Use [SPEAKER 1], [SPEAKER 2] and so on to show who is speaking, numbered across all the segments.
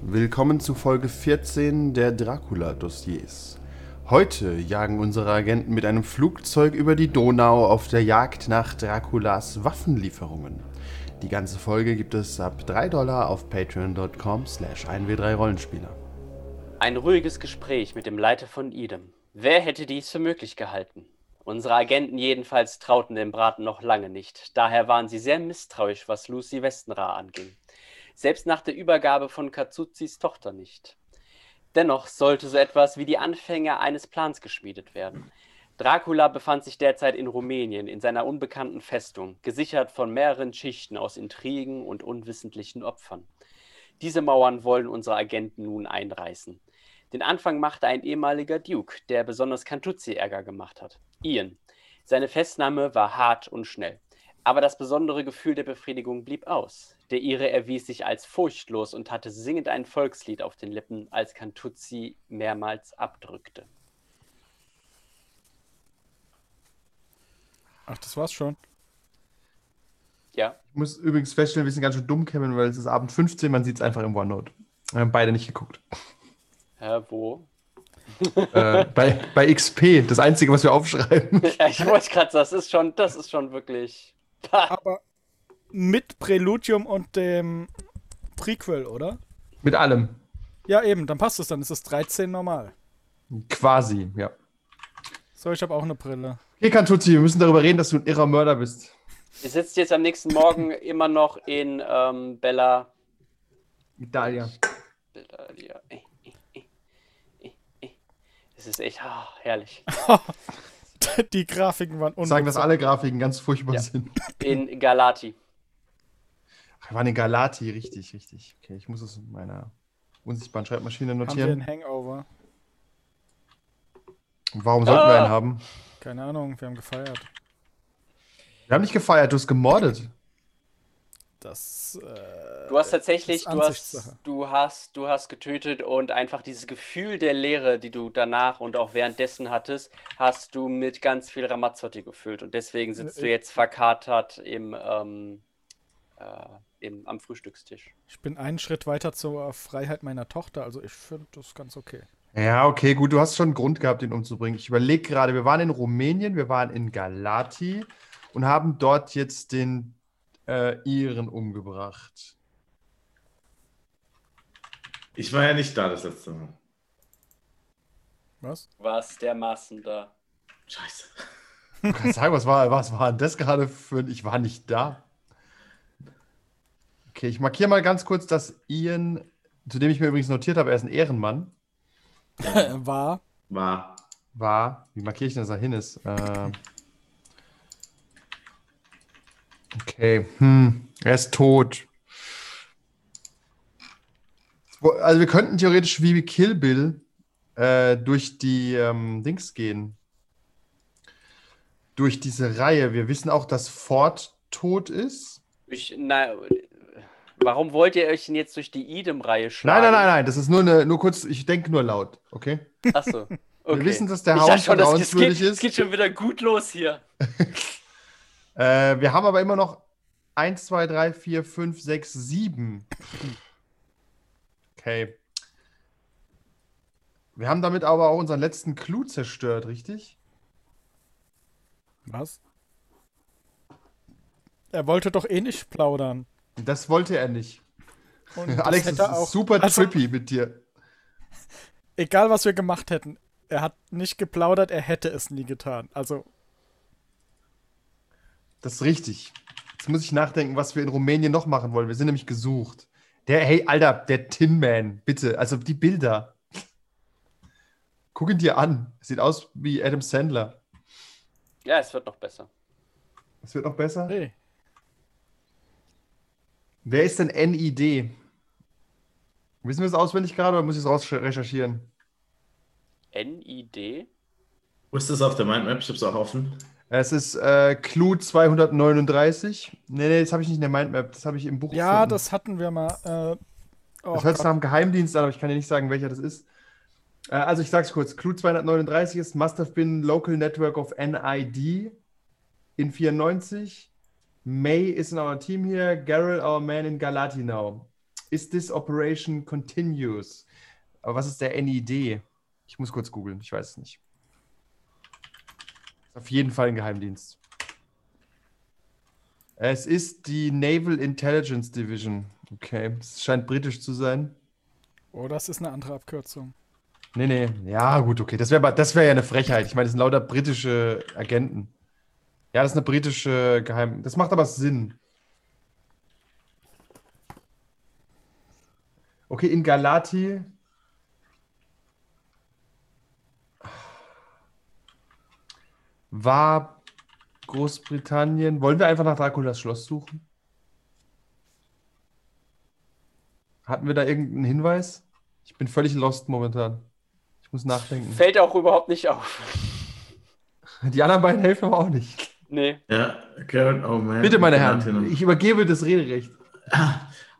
[SPEAKER 1] Willkommen zu Folge 14 der Dracula-Dossiers. Heute jagen unsere Agenten mit einem Flugzeug über die Donau auf der Jagd nach Draculas Waffenlieferungen. Die ganze Folge gibt es ab 3 Dollar auf patreon.com slash 1w3rollenspieler.
[SPEAKER 2] Ein ruhiges Gespräch mit dem Leiter von Idem. Wer hätte dies für möglich gehalten? Unsere Agenten jedenfalls trauten dem Braten noch lange nicht. Daher waren sie sehr misstrauisch, was Lucy Westenra anging. Selbst nach der Übergabe von Katsuzis Tochter nicht. Dennoch sollte so etwas wie die Anfänge eines Plans geschmiedet werden. Dracula befand sich derzeit in Rumänien in seiner unbekannten Festung, gesichert von mehreren Schichten aus Intrigen und unwissentlichen Opfern. Diese Mauern wollen unsere Agenten nun einreißen. Den Anfang machte ein ehemaliger Duke, der besonders Cantuzzi Ärger gemacht hat. Ian. Seine Festnahme war hart und schnell. Aber das besondere Gefühl der Befriedigung blieb aus. Der Ire erwies sich als furchtlos und hatte singend ein Volkslied auf den Lippen, als Cantuzzi mehrmals abdrückte.
[SPEAKER 3] Ach, das war's schon.
[SPEAKER 2] Ja,
[SPEAKER 1] Ich muss übrigens feststellen, wir sind ganz schön dumm, Kevin, weil es ist Abend 15, man sieht es einfach im OneNote. Wir haben beide nicht geguckt.
[SPEAKER 2] äh, wo?
[SPEAKER 1] äh, bei, bei XP, das Einzige, was wir aufschreiben.
[SPEAKER 2] Ja, ich wollte gerade sagen, das ist schon, das ist schon wirklich. Ha,
[SPEAKER 3] Aber mit Präludium und dem Prequel, oder?
[SPEAKER 1] Mit allem.
[SPEAKER 3] Ja, eben, dann passt es, dann ist es 13 normal.
[SPEAKER 1] Quasi, ja.
[SPEAKER 3] So, ich habe auch eine Brille.
[SPEAKER 1] Hier, Kantuzzi, wir müssen darüber reden, dass du ein irrer Mörder bist.
[SPEAKER 2] Ihr sitzt jetzt am nächsten Morgen immer noch in ähm, Bella.
[SPEAKER 1] Italia.
[SPEAKER 2] Bella ja, eh, eh, eh, eh, eh. Es ist echt ah, herrlich.
[SPEAKER 3] Die Grafiken waren
[SPEAKER 1] Sagen, dass
[SPEAKER 3] unbezahlbar.
[SPEAKER 1] alle Grafiken ganz furchtbar
[SPEAKER 2] Ja.
[SPEAKER 1] sind.
[SPEAKER 2] In Galati.
[SPEAKER 1] Ach, wir waren in Galati, richtig, richtig. Okay, ich muss es in meiner unsichtbaren Schreibmaschine
[SPEAKER 3] Haben wir
[SPEAKER 1] notieren.
[SPEAKER 3] einen Hangover?
[SPEAKER 1] Warum sollten wir
[SPEAKER 2] Ah!
[SPEAKER 1] einen haben?
[SPEAKER 3] Keine Ahnung, wir haben gefeiert.
[SPEAKER 1] Wir haben nicht gefeiert, du hast gemordet.
[SPEAKER 3] Das, äh,
[SPEAKER 2] Du hast tatsächlich,
[SPEAKER 3] das
[SPEAKER 2] du hast,
[SPEAKER 3] ist Ansichtssache.
[SPEAKER 2] du hast, du hast getötet und einfach dieses Gefühl der Leere, die du danach und auch währenddessen hattest, hast du mit ganz viel Ramazzotti gefüllt und deswegen sitzt du
[SPEAKER 3] Äh,
[SPEAKER 2] jetzt verkatert im, ähm, äh, im am Frühstückstisch.
[SPEAKER 3] ich bin einen Schritt weiter zur Freiheit meiner Tochter, also ich finde das ganz okay.
[SPEAKER 1] Ja, okay, gut, du hast schon einen Grund gehabt, ihn umzubringen. Ich überlege gerade, wir waren in Rumänien, wir waren in Galati und haben dort jetzt den äh, Iren umgebracht.
[SPEAKER 4] Ich war ja nicht da das letzte Mal.
[SPEAKER 3] Was?
[SPEAKER 2] Was dermaßen da.
[SPEAKER 4] Scheiße.
[SPEAKER 1] Du kannst sagen, was war, was war denn das gerade für ein. Ich war nicht da. Okay, ich markiere mal ganz kurz, dass Ian, zu dem ich mir übrigens notiert habe, er ist ein Ehrenmann,
[SPEAKER 3] War?
[SPEAKER 4] War.
[SPEAKER 1] war. Wie markiere ich denn, dass er hin ist? Äh, okay, hm, er ist tot. Wo- Also, wir könnten theoretisch wie Kill Bill äh, durch die ähm, Dings gehen. Durch diese Reihe. Wir wissen auch, dass Ford tot ist.
[SPEAKER 2] Ich, na, warum wollt ihr euch denn jetzt durch die Idem-Reihe
[SPEAKER 1] Nein,
[SPEAKER 2] schlagen?
[SPEAKER 1] nein, nein, nein, das ist nur eine, nur kurz, ich denke nur laut, okay?
[SPEAKER 2] nein. Achso. Okay.
[SPEAKER 1] Wir wissen, dass der
[SPEAKER 2] Ich dachte
[SPEAKER 1] Haus
[SPEAKER 2] schon, dass es geht,
[SPEAKER 1] vertrauenswürdig
[SPEAKER 2] es
[SPEAKER 1] ist.
[SPEAKER 2] geht schon wieder gut los hier.
[SPEAKER 1] Äh, wir haben aber immer noch 1, 2, 3, 4, 5, 6, 7. Okay. Wir haben damit aber auch unseren letzten Clou zerstört, richtig?
[SPEAKER 3] Was? Er wollte doch eh nicht plaudern.
[SPEAKER 1] Das wollte er nicht.
[SPEAKER 3] Und
[SPEAKER 1] Alex,
[SPEAKER 3] hätte
[SPEAKER 1] das
[SPEAKER 3] er
[SPEAKER 1] ist super
[SPEAKER 3] also,
[SPEAKER 1] trippy mit dir.
[SPEAKER 3] Egal, was wir gemacht hätten, er hat nicht geplaudert, er hätte es nie getan. Also,
[SPEAKER 1] Das ist richtig. Jetzt muss ich nachdenken, was wir in Rumänien noch machen wollen. Wir sind nämlich gesucht. Der, hey, Alter, der Tin Man, bitte. Also die Bilder. Guck ihn dir an. Sieht aus wie Adam Sandler.
[SPEAKER 2] Ja, es wird noch besser.
[SPEAKER 1] Das wird noch besser.
[SPEAKER 3] nee.
[SPEAKER 1] Wer ist denn NID? Wissen wir es auswendig gerade oder muss ich es raus recherchieren?
[SPEAKER 2] NID?
[SPEAKER 4] Wo ist das auf der Mindmap? Ich hab's auch offen.
[SPEAKER 1] Es ist äh, Clue 239. Nee, nee, das habe ich nicht in der Mindmap. Das habe ich im Buch.
[SPEAKER 3] Ja,
[SPEAKER 1] gefunden.
[SPEAKER 3] das hatten wir mal. Äh, oh
[SPEAKER 1] Das hört sich
[SPEAKER 3] Gott.
[SPEAKER 1] nach einem Geheimdienst an, aber ich kann dir nicht sagen, welcher das ist. Äh, also ich sag's kurz. Clue 239 ist Must have been local network of NID in 94. May is in our team here. Garrel, our man in Galati now.
[SPEAKER 5] Is this operation continues? Aber was ist der NID? Ich muss kurz googeln, ich weiß es nicht. Ist auf jeden Fall ein Geheimdienst. Es ist die Naval Intelligence Division. Okay, es scheint britisch zu sein.
[SPEAKER 3] Oh, das ist eine andere Abkürzung.
[SPEAKER 5] Nee, nee. Ja, gut, okay. Das wäre aber- das wär ja eine Frechheit. Ich meine, das sind lauter britische Agenten. Ja, das ist eine britische Geheim. Das macht aber Sinn. Okay, in Galati. War Großbritannien. Wollen wir einfach nach Draculas Schloss suchen? Hatten wir da irgendeinen Hinweis? Ich bin völlig lost momentan. Ich muss nachdenken.
[SPEAKER 2] Fällt auch überhaupt nicht auf.
[SPEAKER 5] Die anderen beiden helfen aber auch nicht.
[SPEAKER 2] Nee.
[SPEAKER 4] Ja, Karen, oh man.
[SPEAKER 5] Bitte, meine
[SPEAKER 4] Martina.
[SPEAKER 5] Herren, ich übergebe das Rederecht.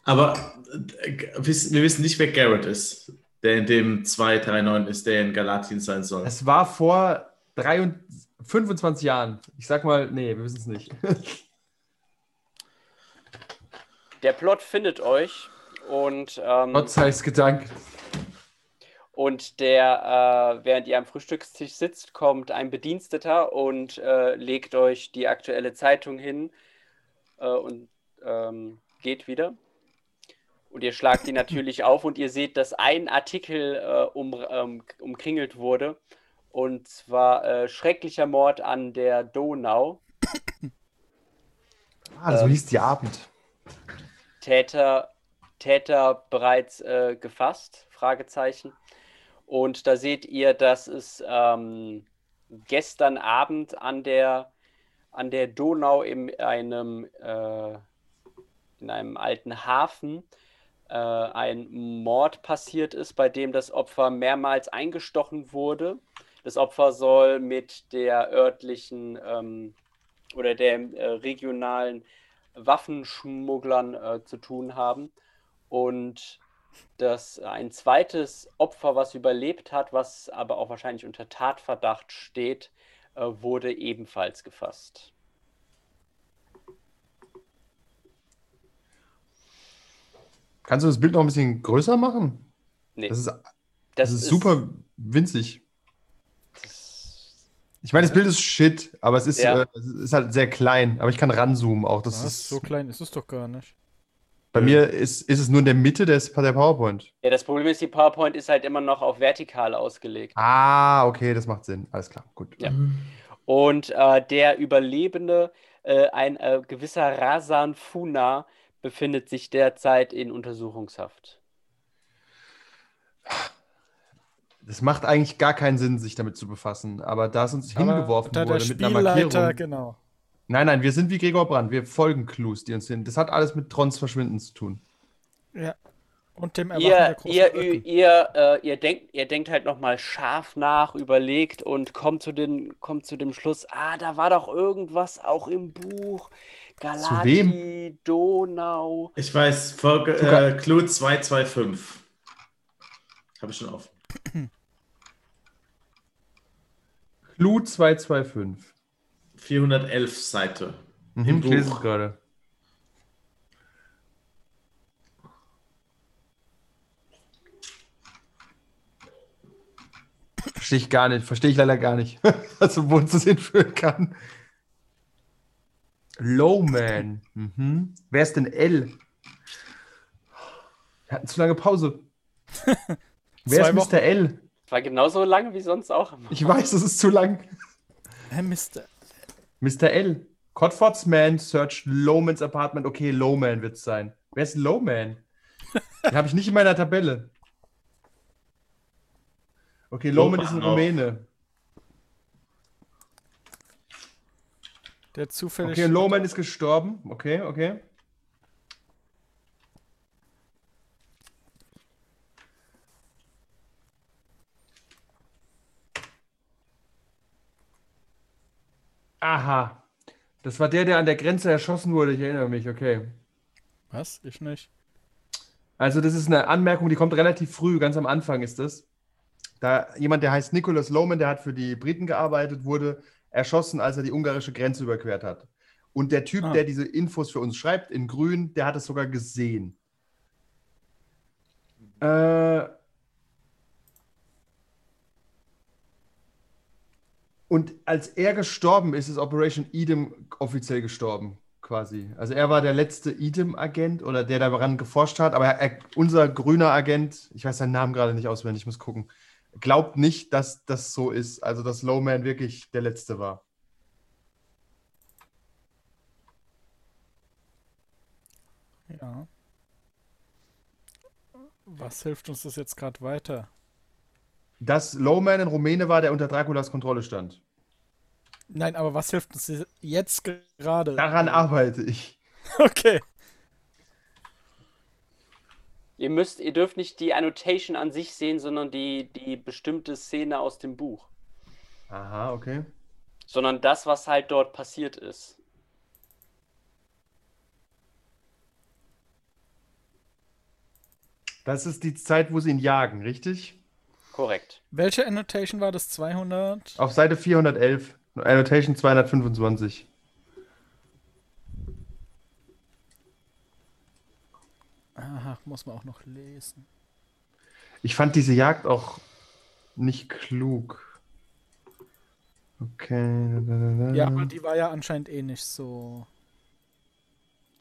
[SPEAKER 4] Aber äh, wiss- wir wissen nicht, wer Garrett ist, der in dem 239 ist, der in Galatien sein soll.
[SPEAKER 5] Es war vor drei und 25 Jahren. Ich sag mal, nee, wir wissen es nicht.
[SPEAKER 2] Der Plot findet euch und, ähm,
[SPEAKER 5] Gott sei es gedankt.
[SPEAKER 2] und der, äh, während ihr am Frühstückstisch sitzt, kommt ein Bediensteter und äh, legt euch die aktuelle Zeitung hin äh, und ähm, geht wieder. Und ihr schlagt die natürlich auf und ihr seht, dass ein Artikel äh, um, ähm, umkringelt wurde. Und zwar äh, schrecklicher Mord an der Donau.
[SPEAKER 5] Ah, das
[SPEAKER 2] Ähm.
[SPEAKER 5] hieß die Abend.
[SPEAKER 2] Täter, Täter bereits äh, gefasst? Fragezeichen. Und da seht ihr, dass es ähm, gestern Abend an der, an der Donau in einem, äh, in einem alten Hafen äh, ein Mord passiert ist, bei dem das Opfer mehrmals eingestochen wurde. Das Opfer soll mit der örtlichen ähm, oder der äh, regionalen Waffenschmugglern äh, zu tun haben. Und dass ein zweites Opfer, was überlebt hat, was aber auch wahrscheinlich unter Tatverdacht steht, äh, wurde ebenfalls gefasst.
[SPEAKER 5] Kannst du das Bild noch ein bisschen größer machen?
[SPEAKER 2] Nee,
[SPEAKER 5] Das ist, das ist, super winzig.
[SPEAKER 2] das-
[SPEAKER 5] Ich meine, das Bild ist shit, aber es ist,
[SPEAKER 2] Ja.
[SPEAKER 5] äh, es ist halt sehr klein. Aber ich kann ranzoomen auch. Das
[SPEAKER 3] Was?
[SPEAKER 5] ist,
[SPEAKER 3] So klein ist es doch gar nicht.
[SPEAKER 5] bei mir ist, ist es nur in der Mitte des, der PowerPoint.
[SPEAKER 2] ja, das Problem ist, die PowerPoint ist halt immer noch auf vertikal ausgelegt.
[SPEAKER 5] Ah, okay, das macht Sinn. Alles klar, gut.
[SPEAKER 2] Ja. Und äh, der Überlebende, äh, ein äh, gewisser Rasan Funa, befindet sich derzeit in Untersuchungshaft.
[SPEAKER 5] Das macht eigentlich gar keinen Sinn, sich damit zu befassen. Aber da es uns
[SPEAKER 3] Aber
[SPEAKER 5] hingeworfen
[SPEAKER 3] da
[SPEAKER 5] wurde
[SPEAKER 3] der
[SPEAKER 5] mit einer
[SPEAKER 3] Spielleiter,
[SPEAKER 5] Markierung.
[SPEAKER 3] genau.
[SPEAKER 5] Nein, nein, wir sind wie Gregor Brandt. Wir folgen Clues, die uns hin. Das hat alles mit Trons Verschwinden zu tun.
[SPEAKER 3] Ja. Und dem Erwachen der
[SPEAKER 2] Ihr,
[SPEAKER 3] großen
[SPEAKER 2] ihr,
[SPEAKER 3] Öcken.
[SPEAKER 2] ihr, ihr, äh, ihr, denkt, ihr denkt halt nochmal scharf nach, überlegt und kommt zu, den, kommt zu dem Schluss, ah, da war doch irgendwas auch im Buch. Galati,
[SPEAKER 5] wem?
[SPEAKER 2] Donau.
[SPEAKER 4] Ich weiß, Folge, äh, Clue 225. Habe ich schon auf.
[SPEAKER 5] Clue 225.
[SPEAKER 4] 411 Seite.
[SPEAKER 5] Mhm,
[SPEAKER 4] Im
[SPEAKER 5] ich lese es
[SPEAKER 4] Buch.
[SPEAKER 5] gerade. Verstehe ich gar nicht. Verstehe ich leider gar nicht. also, wo uns das hinführen kann. Lowman. Mhm. Wer ist denn L? Wir hatten zu lange Pause. Wer
[SPEAKER 3] Zwei
[SPEAKER 5] ist
[SPEAKER 3] Wochen.
[SPEAKER 5] Mr. L?
[SPEAKER 2] War genauso lang wie sonst auch. immer.
[SPEAKER 5] Ich weiß, das ist zu lang.
[SPEAKER 3] Herr Mister.
[SPEAKER 5] Mr. L. Codfords Man searched Lowmans Apartment. Okay, Lowman wird's sein. Wer ist Lowman? Den habe ich nicht in meiner Tabelle. Okay, Lowman ist ein
[SPEAKER 4] Lobahnhof.
[SPEAKER 5] Rumäne.
[SPEAKER 3] Der zufällig.
[SPEAKER 5] Okay, Lowman ist gestorben. Okay, okay. Aha. Das war der, der an der Grenze erschossen wurde. Ich erinnere mich, okay.
[SPEAKER 3] Was? Ich nicht.
[SPEAKER 5] Also, das ist eine Anmerkung, die kommt relativ früh, ganz am Anfang ist das. Da jemand, der heißt Nicholas Lohmann, der hat für die Briten gearbeitet, wurde erschossen, als er die ungarische Grenze überquert hat. Und der Typ,
[SPEAKER 3] Ah.
[SPEAKER 5] der diese Infos für uns schreibt, in Grün, der hat es sogar gesehen. Äh, und als er gestorben ist, ist Operation Edom offiziell gestorben, quasi. Also er war der letzte Edom-Agent oder der daran geforscht hat, aber er, unser grüner Agent, ich weiß seinen Namen gerade nicht auswendig, ich muss gucken, glaubt nicht, dass das so ist. Also dass Lowman wirklich der letzte war.
[SPEAKER 3] Ja. Was hilft uns das jetzt gerade weiter?
[SPEAKER 5] Dass Lowman in Rumäne war, der unter Draculas Kontrolle stand.
[SPEAKER 3] Nein, aber was hilft uns jetzt gerade?
[SPEAKER 5] Daran arbeite ich.
[SPEAKER 3] Okay.
[SPEAKER 2] Ihr müsst, ihr dürft nicht die Annotation an sich sehen, sondern die, die bestimmte Szene aus dem Buch.
[SPEAKER 5] Aha, okay.
[SPEAKER 2] Sondern das, was halt dort passiert ist.
[SPEAKER 5] Das ist die Zeit, wo sie ihn jagen, richtig?
[SPEAKER 2] Korrekt.
[SPEAKER 3] Welche Annotation war das? 200?
[SPEAKER 5] Auf Seite 411, Annotation 225.
[SPEAKER 3] Aha, muss man auch noch lesen.
[SPEAKER 5] Ich fand diese Jagd auch nicht klug. Okay.
[SPEAKER 3] Ja,
[SPEAKER 5] Ähm.
[SPEAKER 3] aber die war ja anscheinend eh nicht so.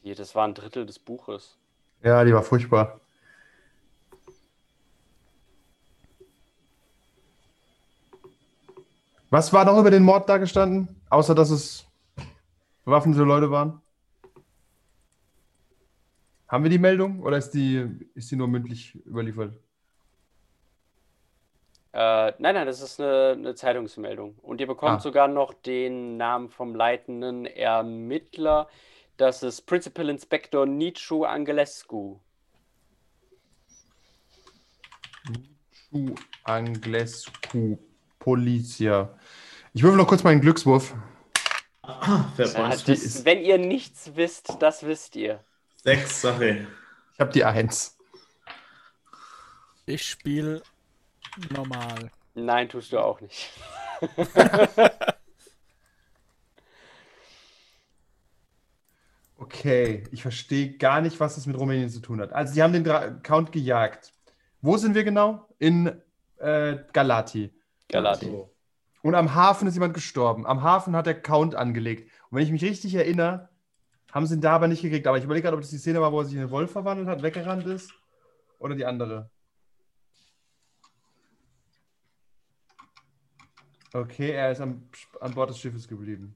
[SPEAKER 2] Hier, Das war ein Drittel des Buches.
[SPEAKER 5] ja die war furchtbar. Was war noch über den Mord da gestanden? Außer, dass es bewaffnete Leute waren? Haben wir die Meldung oder ist die, ist die nur mündlich überliefert?
[SPEAKER 2] Äh, nein, nein, das ist eine, eine Zeitungsmeldung. Und ihr bekommt
[SPEAKER 5] Ah.
[SPEAKER 2] sogar noch den Namen vom leitenden Ermittler. Das ist Principal Inspector Nichu Angelescu.
[SPEAKER 5] Chu Anglescu Policia. Ich würfel noch kurz meinen Glückswurf.
[SPEAKER 4] Ah, Fair
[SPEAKER 2] Er
[SPEAKER 4] Point.
[SPEAKER 2] hat Äh, das, wenn ihr nichts wisst, das wisst ihr.
[SPEAKER 4] Sechs Sache.
[SPEAKER 5] Ich habe die 1.
[SPEAKER 3] Ich spiele normal.
[SPEAKER 2] Nein, tust du auch nicht.
[SPEAKER 5] Okay, ich verstehe gar nicht, was das mit Rumänien zu tun hat. Also, sie haben den Dra Count gejagt. Wo sind wir genau? In äh, Galati.
[SPEAKER 2] Galati.
[SPEAKER 4] So.
[SPEAKER 5] Und am Hafen ist jemand gestorben. Am Hafen hat der Count angelegt. Und wenn ich mich richtig erinnere, haben sie ihn da aber nicht gekriegt. Aber ich überlege gerade, ob das die Szene war, wo er sich in den Wolf verwandelt hat, weggerannt ist. Oder die andere. Okay, er ist am, an Bord des Schiffes geblieben.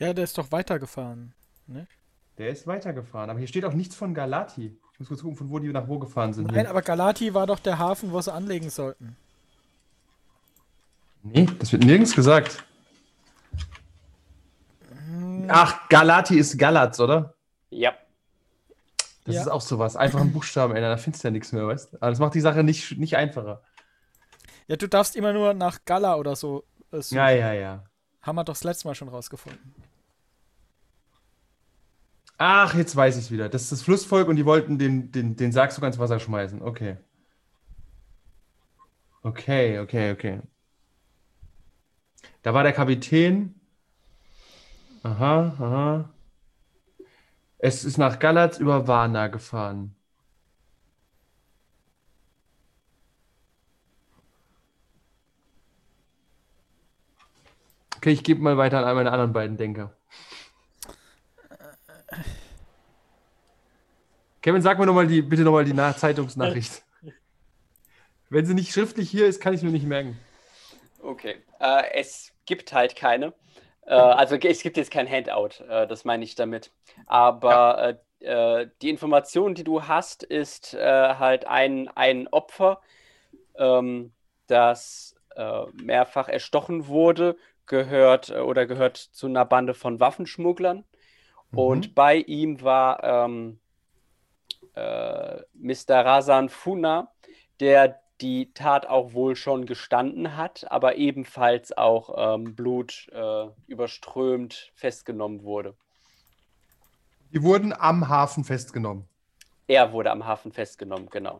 [SPEAKER 3] Ja, der ist doch weitergefahren.
[SPEAKER 5] Der ist weitergefahren. Aber hier steht auch nichts von Galati. Ich muss kurz gucken, von wo die nach wo gefahren sind.
[SPEAKER 3] Nein,
[SPEAKER 5] Hier.
[SPEAKER 3] aber Galati war doch der Hafen, wo sie anlegen sollten.
[SPEAKER 5] Nee, das wird nirgends gesagt. Ach, Galati ist Galatz, oder?
[SPEAKER 2] Ja.
[SPEAKER 5] Das
[SPEAKER 3] Ja.
[SPEAKER 5] ist auch sowas. Einfach einen Buchstaben ändern, da findest du ja nichts mehr, weißt du? Aber das macht die Sache nicht, nicht einfacher.
[SPEAKER 3] Ja, du darfst immer nur nach Gala oder so. äh, suchen.
[SPEAKER 5] Ja, ja, ja.
[SPEAKER 3] Haben wir doch das letzte Mal schon rausgefunden.
[SPEAKER 5] Ach, jetzt weiß ich es wieder. Das ist das Flussvolk und die wollten den, den, den Sargzug ans Wasser schmeißen. Okay. Okay, okay, okay. Da war der Kapitän. Aha, aha. Es ist nach Galatz über Varna gefahren. Okay, ich gebe mal weiter an all meine anderen beiden Denker. Kevin, sag mir noch mal die, bitte nochmal die Na- Zeitungsnachricht. Wenn sie nicht schriftlich hier ist, kann ich mir nicht merken.
[SPEAKER 2] Okay. Äh, es gibt halt keine. Äh, also es gibt jetzt kein Handout, äh, das meine ich damit. Aber äh, äh, die Information, die du hast, ist äh, halt ein, ein Opfer, ähm, das äh, mehrfach erstochen wurde, gehört äh, oder gehört zu einer Bande von Waffenschmugglern. Und bei ihm war ähm, äh, Mr. Razan Funa, der die Tat auch wohl schon gestanden hat, aber ebenfalls auch ähm, Blut äh, überströmt festgenommen wurde.
[SPEAKER 5] Die wurden am Hafen festgenommen.
[SPEAKER 2] Er wurde am Hafen festgenommen, genau.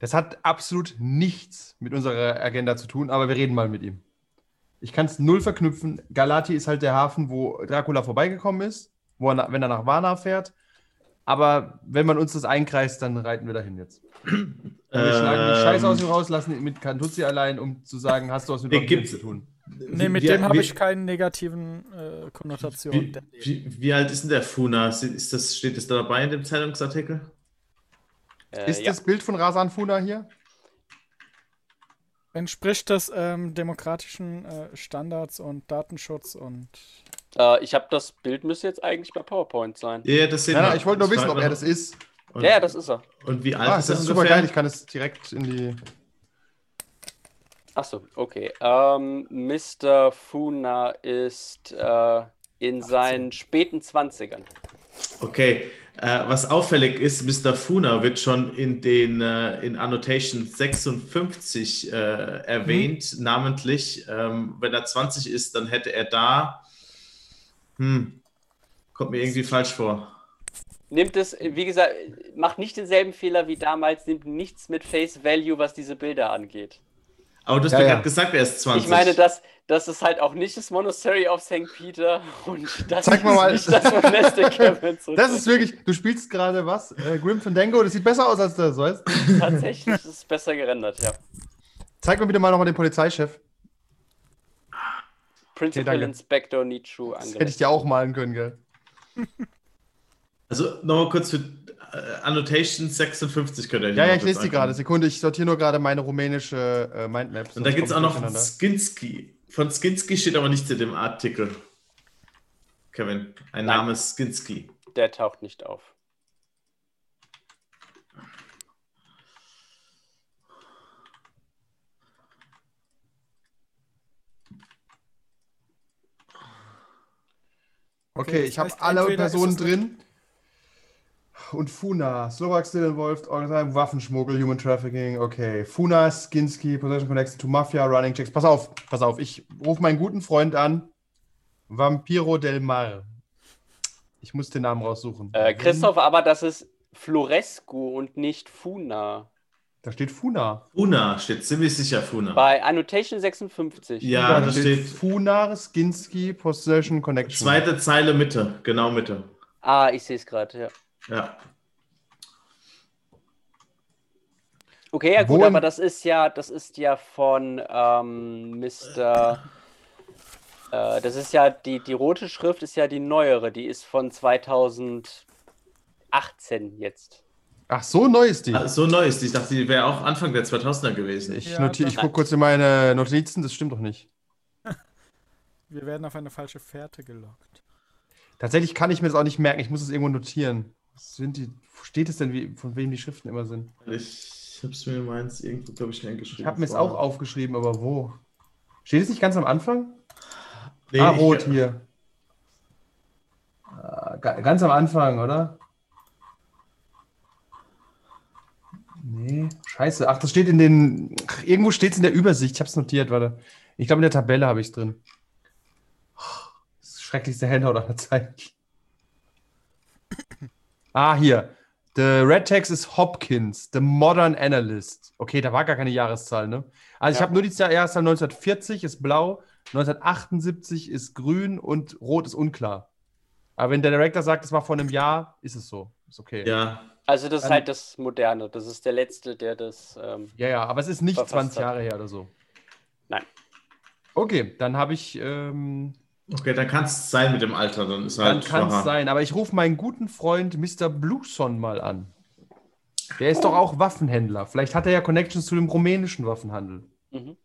[SPEAKER 5] Das hat absolut nichts mit unserer Agenda zu tun, aber wir reden mal mit ihm. Ich kann es null verknüpfen. Galati ist halt der Hafen, wo Dracula vorbeigekommen ist, wo er, na- wenn er nach Varna fährt. Aber wenn man uns das einkreist, dann reiten wir dahin jetzt. Und wir schneiden die Scheiße aus ihm raus,
[SPEAKER 2] Ähm.
[SPEAKER 5] lassen ihn mit Kantuzzi allein, um zu sagen, hast du was mit
[SPEAKER 4] Den
[SPEAKER 5] Vampir
[SPEAKER 4] gibt's-
[SPEAKER 5] zu tun.
[SPEAKER 3] Nee, mit
[SPEAKER 4] Wie-
[SPEAKER 3] dem habe
[SPEAKER 4] wie-
[SPEAKER 3] ich keinen negativen äh, Konnotation.
[SPEAKER 4] Wie, wie, wie alt ist denn der Funa? Sind- Ist das, steht das da dabei in dem Zeitungsartikel?
[SPEAKER 2] Äh,
[SPEAKER 5] Ist
[SPEAKER 2] ja.
[SPEAKER 5] das Bild von Rasan Funa hier?
[SPEAKER 3] Entspricht das ähm, demokratischen äh, Standards und Datenschutz und
[SPEAKER 2] Äh, ich habe das Bild müsste jetzt eigentlich bei PowerPoint sein.
[SPEAKER 4] Ja, ja, das sehen
[SPEAKER 5] Ja,
[SPEAKER 4] wir.
[SPEAKER 5] na, ich wollte nur
[SPEAKER 4] Das
[SPEAKER 5] wissen,
[SPEAKER 4] war-
[SPEAKER 5] ob er das ist.
[SPEAKER 4] Und,
[SPEAKER 2] Ja, ja, das ist er.
[SPEAKER 4] und wie alt
[SPEAKER 5] Ah,
[SPEAKER 4] ist
[SPEAKER 5] das
[SPEAKER 4] das
[SPEAKER 5] ist super
[SPEAKER 4] ungefähr?
[SPEAKER 5] geil, ich kann es direkt in die.
[SPEAKER 2] Achso, okay. Ähm, Mr. Funa ist äh, in seinen späten 20ern.
[SPEAKER 4] Okay, äh, was auffällig ist, Mr. Funa wird schon in den äh, in Annotation 56 äh, erwähnt,
[SPEAKER 5] Mhm.
[SPEAKER 4] namentlich. Ähm, wenn er 20 ist, dann hätte er da. Hm, kommt mir irgendwie falsch vor.
[SPEAKER 2] Nimmt es, wie gesagt, macht nicht denselben Fehler wie damals, nimmt nichts mit Face Value, was diese Bilder angeht.
[SPEAKER 4] Aber du hast
[SPEAKER 5] Ja,
[SPEAKER 4] mir
[SPEAKER 5] ja.
[SPEAKER 4] gerade gesagt, er ist 20.
[SPEAKER 2] Ich meine, dass, dass es halt auch nicht das Monastery of St. Peter und das
[SPEAKER 5] Zeig
[SPEAKER 2] ist
[SPEAKER 5] mir mal.
[SPEAKER 2] nicht das Monastic Caverns.
[SPEAKER 5] Das ist wirklich. Du spielst gerade was? Äh, Grim Fandango, das sieht besser aus als das, weißt du?
[SPEAKER 2] tatsächlich ist es besser gerendert, ja.
[SPEAKER 5] Zeig mir bitte mal nochmal den Polizeichef.
[SPEAKER 2] Principal
[SPEAKER 5] danke.
[SPEAKER 2] Inspector Nichu
[SPEAKER 5] Das hätte ich
[SPEAKER 2] angemeldet.
[SPEAKER 5] dir auch malen können, gell?
[SPEAKER 4] also nochmal kurz für äh, Annotation 56 könnt ihr
[SPEAKER 5] Ja, ja,
[SPEAKER 4] nochmal
[SPEAKER 5] ich
[SPEAKER 4] kurz
[SPEAKER 5] lese die gerade.
[SPEAKER 4] angucken.
[SPEAKER 5] Sekunde, ich sortiere nur gerade meine rumänische äh, Mindmaps.
[SPEAKER 4] Und da gibt es auch noch
[SPEAKER 5] Sonst
[SPEAKER 4] Skinski. Von Skinski steht aber nichts in dem Artikel. Kevin,
[SPEAKER 2] Nein.
[SPEAKER 4] ein Name ist Skinski.
[SPEAKER 2] Der taucht nicht auf.
[SPEAKER 5] Okay,
[SPEAKER 3] Okay,
[SPEAKER 5] ich
[SPEAKER 3] das
[SPEAKER 5] habe
[SPEAKER 3] heißt,
[SPEAKER 5] alle
[SPEAKER 3] entweder
[SPEAKER 5] Personen
[SPEAKER 3] ist es
[SPEAKER 5] drin. Und Funa, Slovak still involved, organized Waffenschmuggel, Human Trafficking, okay. Funa, Skinski, Possession Connection to Mafia, Running Checks. Pass auf, pass auf, ich rufe meinen guten Freund an. Vampiro del Mar. Ich muss den Namen raussuchen. Hm?
[SPEAKER 2] Äh, Christoph, aber das ist Florescu und nicht Funa.
[SPEAKER 5] Da steht Funa.
[SPEAKER 4] Funa steht ziemlich sicher Funa.
[SPEAKER 2] Bei Annotation 56.
[SPEAKER 4] ja, da steht
[SPEAKER 5] Funa, Skinski, Possession Connection.
[SPEAKER 4] zweite Zeile Mitte, genau Mitte.
[SPEAKER 2] Ah, ich sehe es gerade, ja.
[SPEAKER 4] Ja.
[SPEAKER 2] Okay, ja gut,
[SPEAKER 5] Wo im-
[SPEAKER 2] aber das ist ja, das ist ja von ähm, Mr. Äh, das ist ja die, die rote Schrift ist ja die neuere, die ist von 2018 jetzt.
[SPEAKER 5] Ach, so neu ist die.
[SPEAKER 4] Ah, So neu ist die. Ich dachte, die wäre auch Anfang der 2000er gewesen.
[SPEAKER 5] Ich,
[SPEAKER 3] Ja,
[SPEAKER 5] notier- ich
[SPEAKER 2] dann-
[SPEAKER 5] gucke kurz in meine Notizen, das stimmt doch nicht.
[SPEAKER 3] wir werden auf eine falsche Fährte gelockt.
[SPEAKER 5] Tatsächlich kann ich mir das auch nicht merken. Ich muss es irgendwo notieren. Was Sind die, wo steht es denn, wie, von wem die Schriften immer sind?
[SPEAKER 4] Ich hab's mir meins irgendwo, glaube ich, reingeschrieben.
[SPEAKER 5] Ich habe mir es
[SPEAKER 4] vorher.
[SPEAKER 5] auch aufgeschrieben, aber wo? Steht es nicht ganz am Anfang?
[SPEAKER 4] Nee,
[SPEAKER 5] ah,
[SPEAKER 4] ich-
[SPEAKER 5] rot hier. Ah, ga- ganz am Anfang, oder? Nee, scheiße. Ach, das steht in den. Ach, irgendwo steht es in der Übersicht. Ich habe es notiert, warte. Ich glaube, in der Tabelle habe ich es drin. Das ist das schrecklichste Handout aller Zeiten. Ah, hier. The Red Text ist Hopkins, The Modern Analyst. Okay, da war gar keine Jahreszahl, ne? Also ich
[SPEAKER 2] Ja.
[SPEAKER 5] habe nur die Zahl- Jahreszahl 1940 ist blau, 1978 ist grün und rot ist unklar. Aber wenn der Director sagt, es war vor einem Jahr, ist es so. Ist okay.
[SPEAKER 4] Ja.
[SPEAKER 2] Also das ist
[SPEAKER 5] Dann-
[SPEAKER 2] halt das Moderne. Das ist der letzte, der das. Ähm,
[SPEAKER 5] ja, ja, aber es ist nicht
[SPEAKER 2] Verfasst
[SPEAKER 5] 20
[SPEAKER 2] hat.
[SPEAKER 5] Jahre her oder so.
[SPEAKER 2] Nein.
[SPEAKER 5] Okay, dann habe ich, ähm,
[SPEAKER 4] Okay, dann kann es sein mit dem Alter. Dann ist
[SPEAKER 5] dann
[SPEAKER 4] halt
[SPEAKER 5] kann es
[SPEAKER 4] schwacher.
[SPEAKER 5] sein, aber ich rufe meinen guten Freund Mr. Bluson mal an. Der ist doch auch Waffenhändler. Vielleicht hat er ja Connections zu dem rumänischen Waffenhandel.
[SPEAKER 2] mhm.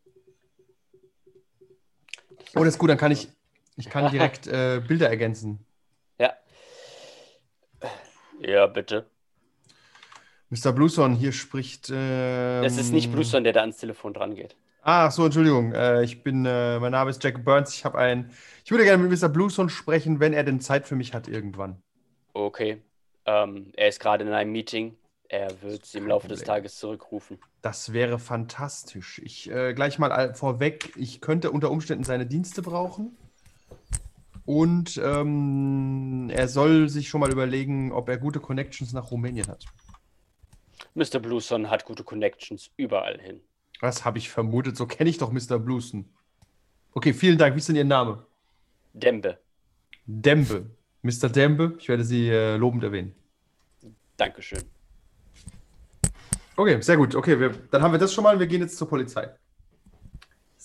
[SPEAKER 5] Oh, das ist gut, dann kann ich, ich kann direkt äh, Bilder ergänzen.
[SPEAKER 2] Ja. Ja, bitte.
[SPEAKER 5] Mr. Bluson, hier spricht. Ähm,
[SPEAKER 2] Das ist nicht Bluestone, der da ans Telefon dran geht.
[SPEAKER 5] Ah, ach so, Entschuldigung. Äh, ich bin, äh, mein Name ist Jack Burns. Ich habe ein. Ich würde gerne mit Mr. Bluson sprechen, wenn er denn Zeit für mich hat irgendwann.
[SPEAKER 2] Okay. Ähm, er ist gerade in einem Meeting. Er wird sie im
[SPEAKER 5] kein
[SPEAKER 2] Laufe des
[SPEAKER 5] Problem.
[SPEAKER 2] Tages zurückrufen.
[SPEAKER 5] Das wäre fantastisch. Ich äh, gleich mal all- vorweg, ich könnte unter Umständen seine Dienste brauchen. Und ähm, er soll sich schon mal überlegen, ob er gute Connections nach Rumänien hat.
[SPEAKER 2] Mr. Bluestone hat gute Connections überall hin.
[SPEAKER 5] Das habe ich vermutet. So kenne ich doch Mr. Bluson. Okay, vielen Dank. Wie ist denn Ihr Name?
[SPEAKER 2] Dembe.
[SPEAKER 5] Dembe. Mr. Dembe, ich werde Sie äh, lobend erwähnen.
[SPEAKER 2] Dankeschön.
[SPEAKER 5] Okay, sehr gut. Okay, wir, dann haben wir das schon mal. Wir gehen jetzt zur Polizei.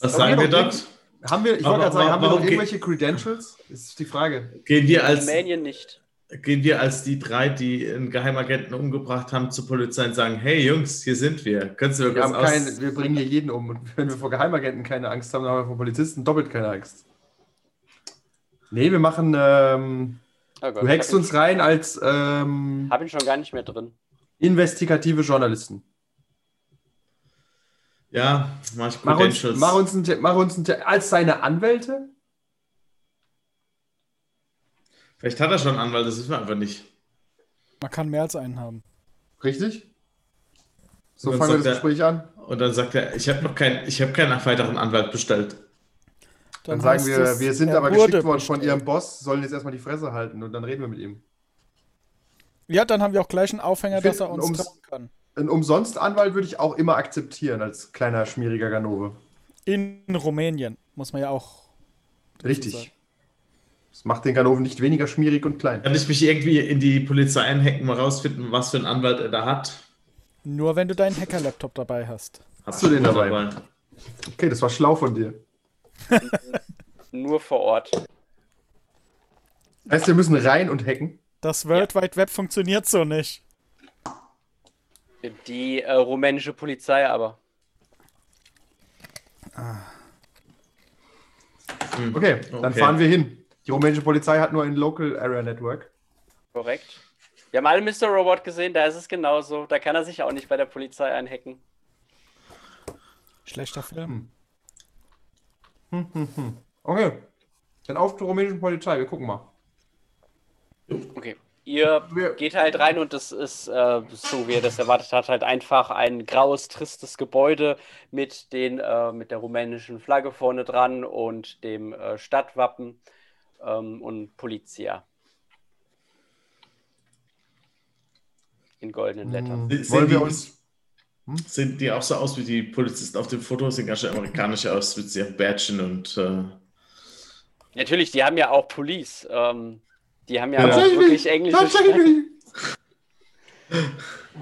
[SPEAKER 4] Was
[SPEAKER 5] Aber
[SPEAKER 4] sagen wir
[SPEAKER 5] wir doch
[SPEAKER 4] dort?
[SPEAKER 5] Haben wir, ich
[SPEAKER 4] Aber
[SPEAKER 5] wollte gerade sagen,
[SPEAKER 4] wa-
[SPEAKER 5] haben wir noch
[SPEAKER 4] warum geht-
[SPEAKER 5] irgendwelche Credentials? Ist die Frage.
[SPEAKER 4] Gehen wir, als,
[SPEAKER 2] Rumänien nicht.
[SPEAKER 4] gehen wir als die drei, die einen Geheimagenten umgebracht haben, zur Polizei und sagen, hey Jungs, hier sind wir. Könntest du mir
[SPEAKER 5] Wir,
[SPEAKER 4] kurz
[SPEAKER 5] haben
[SPEAKER 4] aus...
[SPEAKER 5] keine, wir bringen hier jeden um. Und wenn wir vor Geheimagenten keine Angst haben, dann haben wir vor Polizisten doppelt keine Angst. Nee, wir machen. Ähm,
[SPEAKER 2] Oh Gott,
[SPEAKER 5] du hackst
[SPEAKER 2] ich hab ihn-
[SPEAKER 5] uns rein als ähm,
[SPEAKER 2] Hab ihn schon gar nicht mehr drin.
[SPEAKER 5] investigative Journalisten.
[SPEAKER 4] Ja, mach ich
[SPEAKER 5] Mach uns,
[SPEAKER 4] Credentials.
[SPEAKER 5] mach uns, einen, mach uns einen, als seine Anwälte?
[SPEAKER 4] Vielleicht hat er schon einen Anwalt, das wissen wir einfach nicht.
[SPEAKER 3] Man kann mehr als einen haben.
[SPEAKER 5] Richtig? So
[SPEAKER 4] Dann
[SPEAKER 5] fangen wir
[SPEAKER 4] sagt
[SPEAKER 5] das
[SPEAKER 4] er-
[SPEAKER 5] Gespräch an.
[SPEAKER 4] Und dann sagt er, ich habe noch kein, ich habe keinen weiteren Anwalt bestellt.
[SPEAKER 5] Dann, sagen
[SPEAKER 3] heißt
[SPEAKER 5] wir,
[SPEAKER 3] es,
[SPEAKER 5] wir sind
[SPEAKER 3] er
[SPEAKER 5] aber
[SPEAKER 3] wurde
[SPEAKER 5] geschickt worden von
[SPEAKER 3] bestellt.
[SPEAKER 5] ihrem Boss, sollen jetzt erstmal die Fresse halten und dann reden wir mit ihm.
[SPEAKER 3] Ja, dann haben wir auch gleich einen Aufhänger,
[SPEAKER 5] Wir
[SPEAKER 3] dass er
[SPEAKER 5] finden
[SPEAKER 3] uns
[SPEAKER 5] ums-
[SPEAKER 3] trauen kann.
[SPEAKER 5] Einen umsonst Anwalt würde ich auch immer akzeptieren als kleiner, schmieriger Ganove.
[SPEAKER 3] In Rumänien, muss man ja auch.
[SPEAKER 5] Richtig. Das macht den Ganoven nicht weniger schmierig und klein.
[SPEAKER 4] Kann ich mich irgendwie in die Polizei einhacken, mal rausfinden, was für einen Anwalt er da hat?
[SPEAKER 3] Nur wenn du deinen Hacker-Laptop dabei hast.
[SPEAKER 4] Hast
[SPEAKER 5] du den dabei? Okay, das war schlau von dir.
[SPEAKER 2] Nur vor Ort.
[SPEAKER 5] Heißt, wir müssen rein und hacken.
[SPEAKER 3] Das World Wide Web funktioniert so nicht.
[SPEAKER 2] Die äh, rumänische Polizei aber.
[SPEAKER 5] Okay, dann
[SPEAKER 4] Okay.
[SPEAKER 5] fahren wir hin. Die rumänische Polizei hat nur ein Local Area Network.
[SPEAKER 2] Korrekt. Wir haben alle Mr. Robot gesehen, da ist es genauso. Da kann er sich auch nicht bei der Polizei einhacken.
[SPEAKER 3] Schlechter Film.
[SPEAKER 5] Okay, dann auf zur rumänischen Polizei. Wir gucken mal.
[SPEAKER 2] Okay. Ihr
[SPEAKER 5] Wir-
[SPEAKER 2] geht halt rein und es ist, äh, so wie ihr das erwartet habt, halt einfach ein graues, tristes Gebäude mit, den, äh, mit der rumänischen Flagge vorne dran und dem äh, Stadtwappen ähm, und Polizia. In goldenen Lettern.
[SPEAKER 4] Sind,
[SPEAKER 5] Wollen wir
[SPEAKER 4] die,
[SPEAKER 5] uns- Hm?
[SPEAKER 4] sehen die auch so aus wie die Polizisten auf dem Foto? Sehen ganz schön amerikanisch aus mit ihren Badgen und. Äh,
[SPEAKER 2] Natürlich, die haben ja auch Police. Ähm, die haben ja,
[SPEAKER 4] Ja.
[SPEAKER 2] auch wirklich englische Streifen.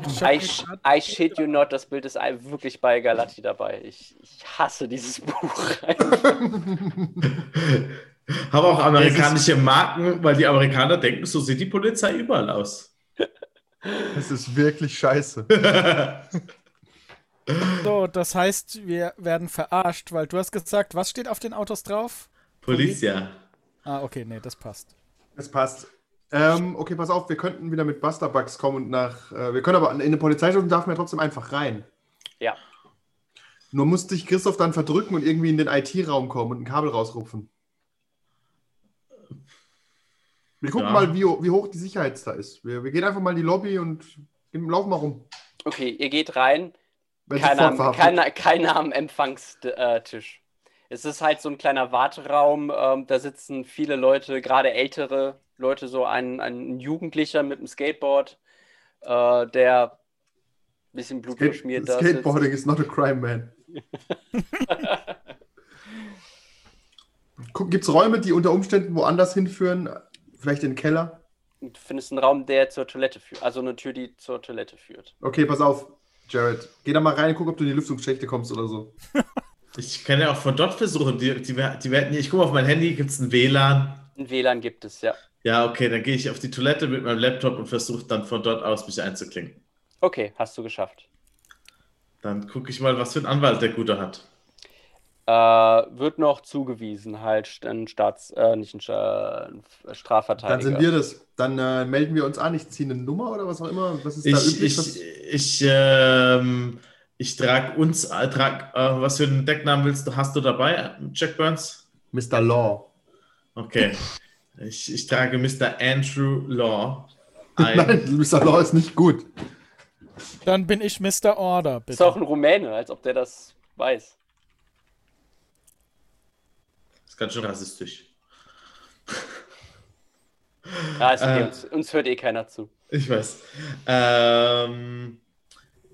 [SPEAKER 3] Ich
[SPEAKER 2] I,
[SPEAKER 3] hab
[SPEAKER 2] sh
[SPEAKER 3] gedacht,
[SPEAKER 2] I shit you not, das Bild ist ein- wirklich bei Galatti dabei. Ich, ich hasse dieses Buch.
[SPEAKER 4] haben auch amerikanische Marken, weil die Amerikaner denken, so sieht die Polizei überall aus.
[SPEAKER 5] Das ist wirklich scheiße.
[SPEAKER 3] so, das heißt, wir werden verarscht, weil du hast gesagt, was steht auf den Autos drauf?
[SPEAKER 5] Mhm.
[SPEAKER 4] Polizia.
[SPEAKER 3] Ah, okay, nee, das passt.
[SPEAKER 5] Das passt. Ähm, okay, pass auf, wir könnten wieder mit Buster Bugs kommen und nach. Äh, wir können aber in eine Polizei und darf man ja trotzdem einfach rein.
[SPEAKER 2] ja,
[SPEAKER 5] Nur muss dich Christoph dann verdrücken und irgendwie in den IT-Raum kommen und ein Kabel rausrupfen. Wir gucken
[SPEAKER 4] Ja.
[SPEAKER 5] mal, wie, ho- wie hoch die Sicherheit da ist. Wir, wir gehen einfach mal in die Lobby und gehen- laufen mal rum.
[SPEAKER 2] okay, ihr geht rein.
[SPEAKER 5] Wenn sie
[SPEAKER 2] Keiner, am-
[SPEAKER 5] fortverhaftet.
[SPEAKER 2] keiner, keiner am Empfangstisch. Es ist halt so ein kleiner Warteraum. Ähm, da sitzen viele Leute, gerade ältere Leute, so ein, ein Jugendlicher mit einem Skateboard, äh, der ein bisschen blutverschmiert da sitzt.
[SPEAKER 5] Skateboarding is not a crime, man. Gibt es Räume, die unter Umständen woanders hinführen? Vielleicht in den Keller?
[SPEAKER 2] Du findest einen Raum, der zur Toilette führt. Also eine Tür, die zur Toilette führt.
[SPEAKER 5] Okay, pass auf, Jared. Geh da mal rein und guck, ob du in die Lüftungsschächte kommst oder so.
[SPEAKER 4] Ich kann ja auch von dort versuchen. Die, die, die werden, ich gucke auf mein Handy, gibt es ein WLAN?
[SPEAKER 2] Ein WLAN gibt es, ja.
[SPEAKER 4] Ja, okay, dann gehe ich auf die Toilette mit meinem Laptop und versuche dann von dort aus mich einzuklinken.
[SPEAKER 2] Okay, hast du geschafft.
[SPEAKER 4] Dann gucke ich mal, was für einen Anwalt der Gute hat.
[SPEAKER 2] Äh, wird noch zugewiesen, halt st- ein Staats, äh, nicht ein, Sta- ein F- Strafverteidiger.
[SPEAKER 5] Dann sind wir das. Dann äh, melden wir uns an. Ich ziehe eine Nummer oder was auch immer. Was ist da
[SPEAKER 4] Ich,
[SPEAKER 5] üblich?
[SPEAKER 4] ich, ich, ähm, ich trage uns, äh, trag, äh, was für einen Decknamen willst du, hast du dabei, Jack Burns?
[SPEAKER 5] was? Mr. Law.
[SPEAKER 4] Okay. Ich, ich trage Mr. Andrew Law ein.
[SPEAKER 5] Nein, Mr. Law ist nicht gut.
[SPEAKER 3] Dann bin ich Mr. Order, bitte.
[SPEAKER 2] Ist auch ein Rumäne, als ob der das weiß.
[SPEAKER 4] ist ganz schön rassistisch.
[SPEAKER 2] Ja, ist okay,
[SPEAKER 4] Äh.
[SPEAKER 2] uns, uns hört eh keiner zu.
[SPEAKER 4] Ich weiß. Ähm,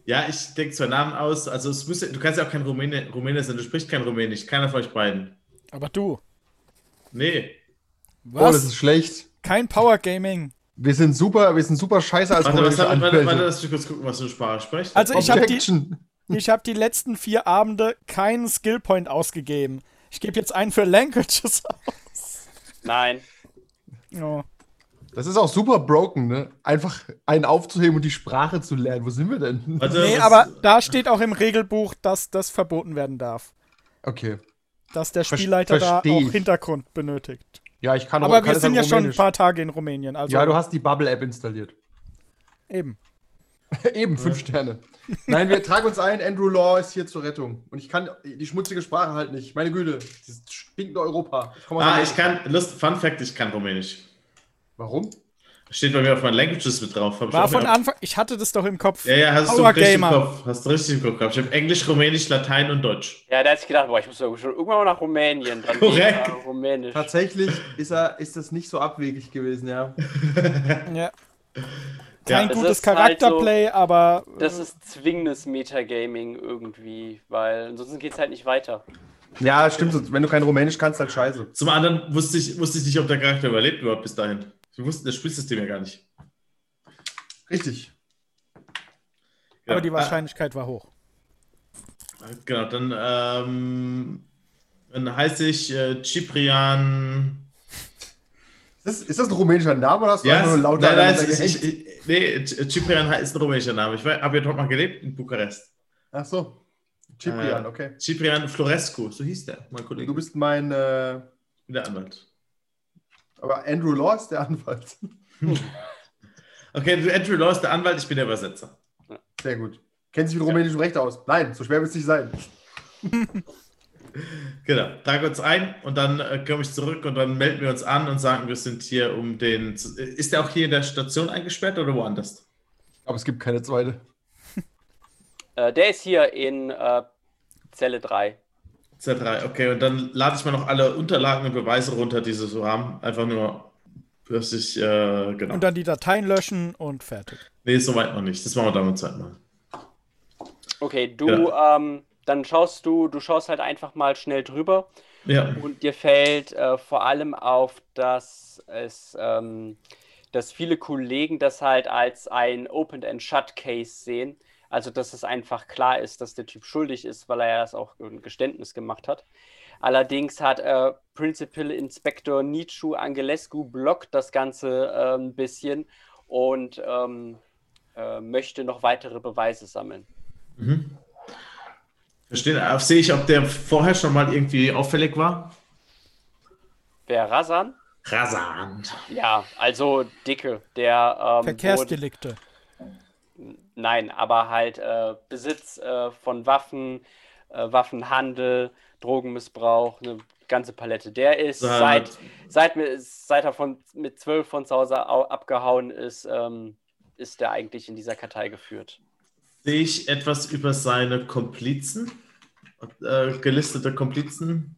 [SPEAKER 4] ja, ich denke zwei Namen aus. Also es müsste, du kannst ja auch kein Rumäne, Rumäne sein, du sprichst kein Rumänisch, keiner von euch beiden.
[SPEAKER 3] Aber du,
[SPEAKER 4] Nee.
[SPEAKER 5] Oh, das
[SPEAKER 3] was?
[SPEAKER 5] Oh, ist schlecht.
[SPEAKER 3] Kein Power Gaming.
[SPEAKER 5] Wir sind super, wir sind super scheiße als
[SPEAKER 4] Warte, was
[SPEAKER 5] politische
[SPEAKER 4] hat, warte, warte,
[SPEAKER 5] Anwälte.
[SPEAKER 4] lass mich kurz gucken, was du Sprache sprichst.
[SPEAKER 3] Also ich hab die-
[SPEAKER 5] Objection.
[SPEAKER 3] Ich habe die letzten vier Abende keinen Skillpoint ausgegeben. Ich gebe jetzt einen für Languages aus.
[SPEAKER 2] Nein.
[SPEAKER 3] Oh.
[SPEAKER 5] Das ist auch super broken, ne? Einfach einen aufzuheben und die Sprache zu lernen. Wo sind wir denn?
[SPEAKER 4] Warte,
[SPEAKER 3] Nee,
[SPEAKER 4] was-
[SPEAKER 3] aber da steht auch im Regelbuch, dass das verboten werden darf.
[SPEAKER 5] Okay.
[SPEAKER 3] Dass der
[SPEAKER 5] Ver-
[SPEAKER 3] Spielleiter da
[SPEAKER 5] versteh
[SPEAKER 3] auch
[SPEAKER 5] ich.
[SPEAKER 3] Hintergrund benötigt.
[SPEAKER 5] Ja, ich kann
[SPEAKER 3] Aber
[SPEAKER 5] kann
[SPEAKER 3] wir
[SPEAKER 5] das
[SPEAKER 3] sind
[SPEAKER 5] in
[SPEAKER 3] ja schon ein
[SPEAKER 5] Rumänisch.
[SPEAKER 3] paar Tage in Rumänien. Also
[SPEAKER 5] Ja, du hast die Bubble-App installiert.
[SPEAKER 3] eben.
[SPEAKER 5] Eben, fünf Sterne. Nein, wir tragen uns ein. Andrew Law ist hier zur Rettung. Und ich kann die schmutzige Sprache halt nicht. Meine Güte, dieses stinkende Europa. Ich komme aus
[SPEAKER 4] Ah,
[SPEAKER 5] Amerika.
[SPEAKER 4] ich kann, Lust, Fun Fact, ich kann Rumänisch.
[SPEAKER 5] Warum?
[SPEAKER 4] Steht bei mir auf meinen Languages mit drauf. Hab ich
[SPEAKER 3] War
[SPEAKER 4] auch
[SPEAKER 3] von
[SPEAKER 4] gehabt.
[SPEAKER 3] Anfang. Ich hatte das doch im Kopf.
[SPEAKER 4] Ja, ja, hast du
[SPEAKER 3] Power
[SPEAKER 4] richtig im
[SPEAKER 3] Gamer.
[SPEAKER 4] Kopf. Hast du richtig im Kopf gehabt. Ich habe Englisch, Rumänisch, Latein und Deutsch.
[SPEAKER 2] Ja, da hat sich gedacht, boah, ich muss doch schon irgendwann mal nach Rumänien. Dann
[SPEAKER 4] Korrekt.
[SPEAKER 2] geht's nach Rumänisch.
[SPEAKER 5] Tatsächlich ist, er, ist das nicht so abwegig gewesen, ja.
[SPEAKER 3] Ja.
[SPEAKER 4] Ja,
[SPEAKER 3] Kein
[SPEAKER 2] das
[SPEAKER 3] gutes
[SPEAKER 2] ist halt
[SPEAKER 3] Charakterplay, aber äh,
[SPEAKER 2] Das ist zwingendes Metagaming irgendwie, weil ansonsten geht's halt nicht weiter.
[SPEAKER 5] Ja, stimmt. so. Wenn du kein Rumänisch kannst, halt scheiße.
[SPEAKER 4] Zum anderen wusste ich, wusste ich nicht, ob der Charakter überlebt überhaupt bis dahin. Wir wussten das Spielsystem ja gar nicht.
[SPEAKER 5] Richtig.
[SPEAKER 4] Ja.
[SPEAKER 3] äh, aber die Wahrscheinlichkeit war hoch.
[SPEAKER 4] Ah, genau, dann, ähm, dann heiße ich äh, Ciprian.
[SPEAKER 5] Ist das, ist das ein rumänischer Name oder hast du
[SPEAKER 4] Ja,
[SPEAKER 5] einfach
[SPEAKER 4] es-
[SPEAKER 5] nur
[SPEAKER 4] nein,
[SPEAKER 5] lauter
[SPEAKER 4] nein, es
[SPEAKER 5] aneinander
[SPEAKER 4] ist- ich,
[SPEAKER 5] gehängt?
[SPEAKER 4] ich, nee, Ciprian ist ein rumänischer Name. Ich habe ja dort mal gelebt in Bukarest.
[SPEAKER 5] Ach so. Ciprian, okay.
[SPEAKER 4] Ciprian Florescu, so hieß der, mein Kollege.
[SPEAKER 5] Du bist mein. Äh,
[SPEAKER 4] der Anwalt.
[SPEAKER 5] aber Andrew Law ist der Anwalt.
[SPEAKER 4] Okay, du- Andrew Law ist der Anwalt, ich bin der Übersetzer.
[SPEAKER 5] Sehr gut. Kennt sich mit rumänischem Recht aus? Nein, so schwer wird es nicht sein.
[SPEAKER 4] Genau, trage uns ein und dann äh, komme ich zurück und dann melden wir uns an und sagen, wir sind hier um den. zu- äh, Ist der auch hier in der Station eingesperrt oder woanders?
[SPEAKER 5] Aber es gibt keine zweite.
[SPEAKER 2] Äh, der ist hier in äh, Zelle 3.
[SPEAKER 4] Z3, okay, und dann lade ich mal noch alle Unterlagen und Beweise runter, die sie so haben. Einfach nur, dass ich, äh, genau.
[SPEAKER 3] Und dann die Dateien löschen und fertig.
[SPEAKER 4] nee, soweit noch nicht. Das machen wir dann mit Zeit mal.
[SPEAKER 2] Okay, du, ähm, dann schaust du, du schaust halt einfach mal schnell drüber
[SPEAKER 4] Ja,
[SPEAKER 2] und dir fällt äh, vor allem auf, dass es, ähm, dass viele Kollegen das halt als ein Open-and-Shut-Case sehen. Also, dass es einfach klar ist, dass der Typ schuldig ist, weil er ja das auch ein Geständnis gemacht hat. Allerdings hat äh, Principal Inspector Nichu Angelescu blockt das Ganze äh, ein bisschen und ähm, äh, möchte noch weitere Beweise sammeln.
[SPEAKER 4] mhm. Verstehe. Auf- Sehe ich, ob der vorher schon mal irgendwie auffällig war?
[SPEAKER 2] Wer Rasan?
[SPEAKER 4] Rasant.
[SPEAKER 2] Ja, also Dicke, der ähm, wurde-
[SPEAKER 3] Verkehrsdelikte.
[SPEAKER 2] Nein, aber halt äh, Besitz äh, von Waffen, äh, Waffenhandel, Drogenmissbrauch, eine ganze Palette. Der ist
[SPEAKER 4] Seit-
[SPEAKER 2] seit, seit, mi- seit er von, mit zwölf von zu Hause au- abgehauen ist, ähm, ist der eigentlich in dieser Kartei geführt.
[SPEAKER 4] Sehe ich etwas über seine Komplizen? Äh, gelistete Komplizen?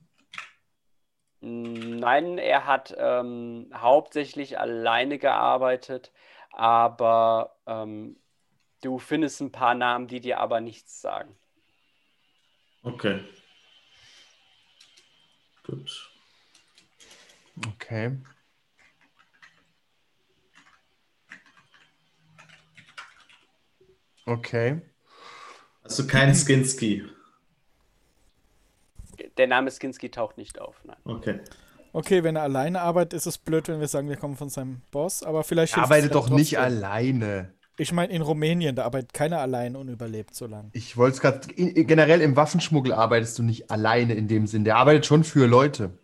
[SPEAKER 2] Mm, Nein, er hat ähm, hauptsächlich alleine gearbeitet, aber ähm, du findest ein paar Namen, die dir aber nichts sagen.
[SPEAKER 4] Okay. Gut.
[SPEAKER 5] Okay. Okay.
[SPEAKER 4] Also kein Skinski.
[SPEAKER 2] Der Name Skinski taucht nicht auf, nein.
[SPEAKER 4] Okay.
[SPEAKER 3] Okay, wenn er alleine arbeitet, ist es blöd, wenn wir sagen, wir kommen von seinem Boss. Aber vielleicht.
[SPEAKER 5] Er
[SPEAKER 3] hilft's
[SPEAKER 5] arbeitet
[SPEAKER 3] ja
[SPEAKER 5] doch nicht
[SPEAKER 3] trotzdem.
[SPEAKER 5] alleine.
[SPEAKER 3] Ich meine, in Rumänien, da arbeitet keiner allein und überlebt so lange.
[SPEAKER 5] Ich wollte es gerade. Generell im Waffenschmuggel arbeitest du nicht alleine in dem Sinn. Der arbeitet schon für Leute.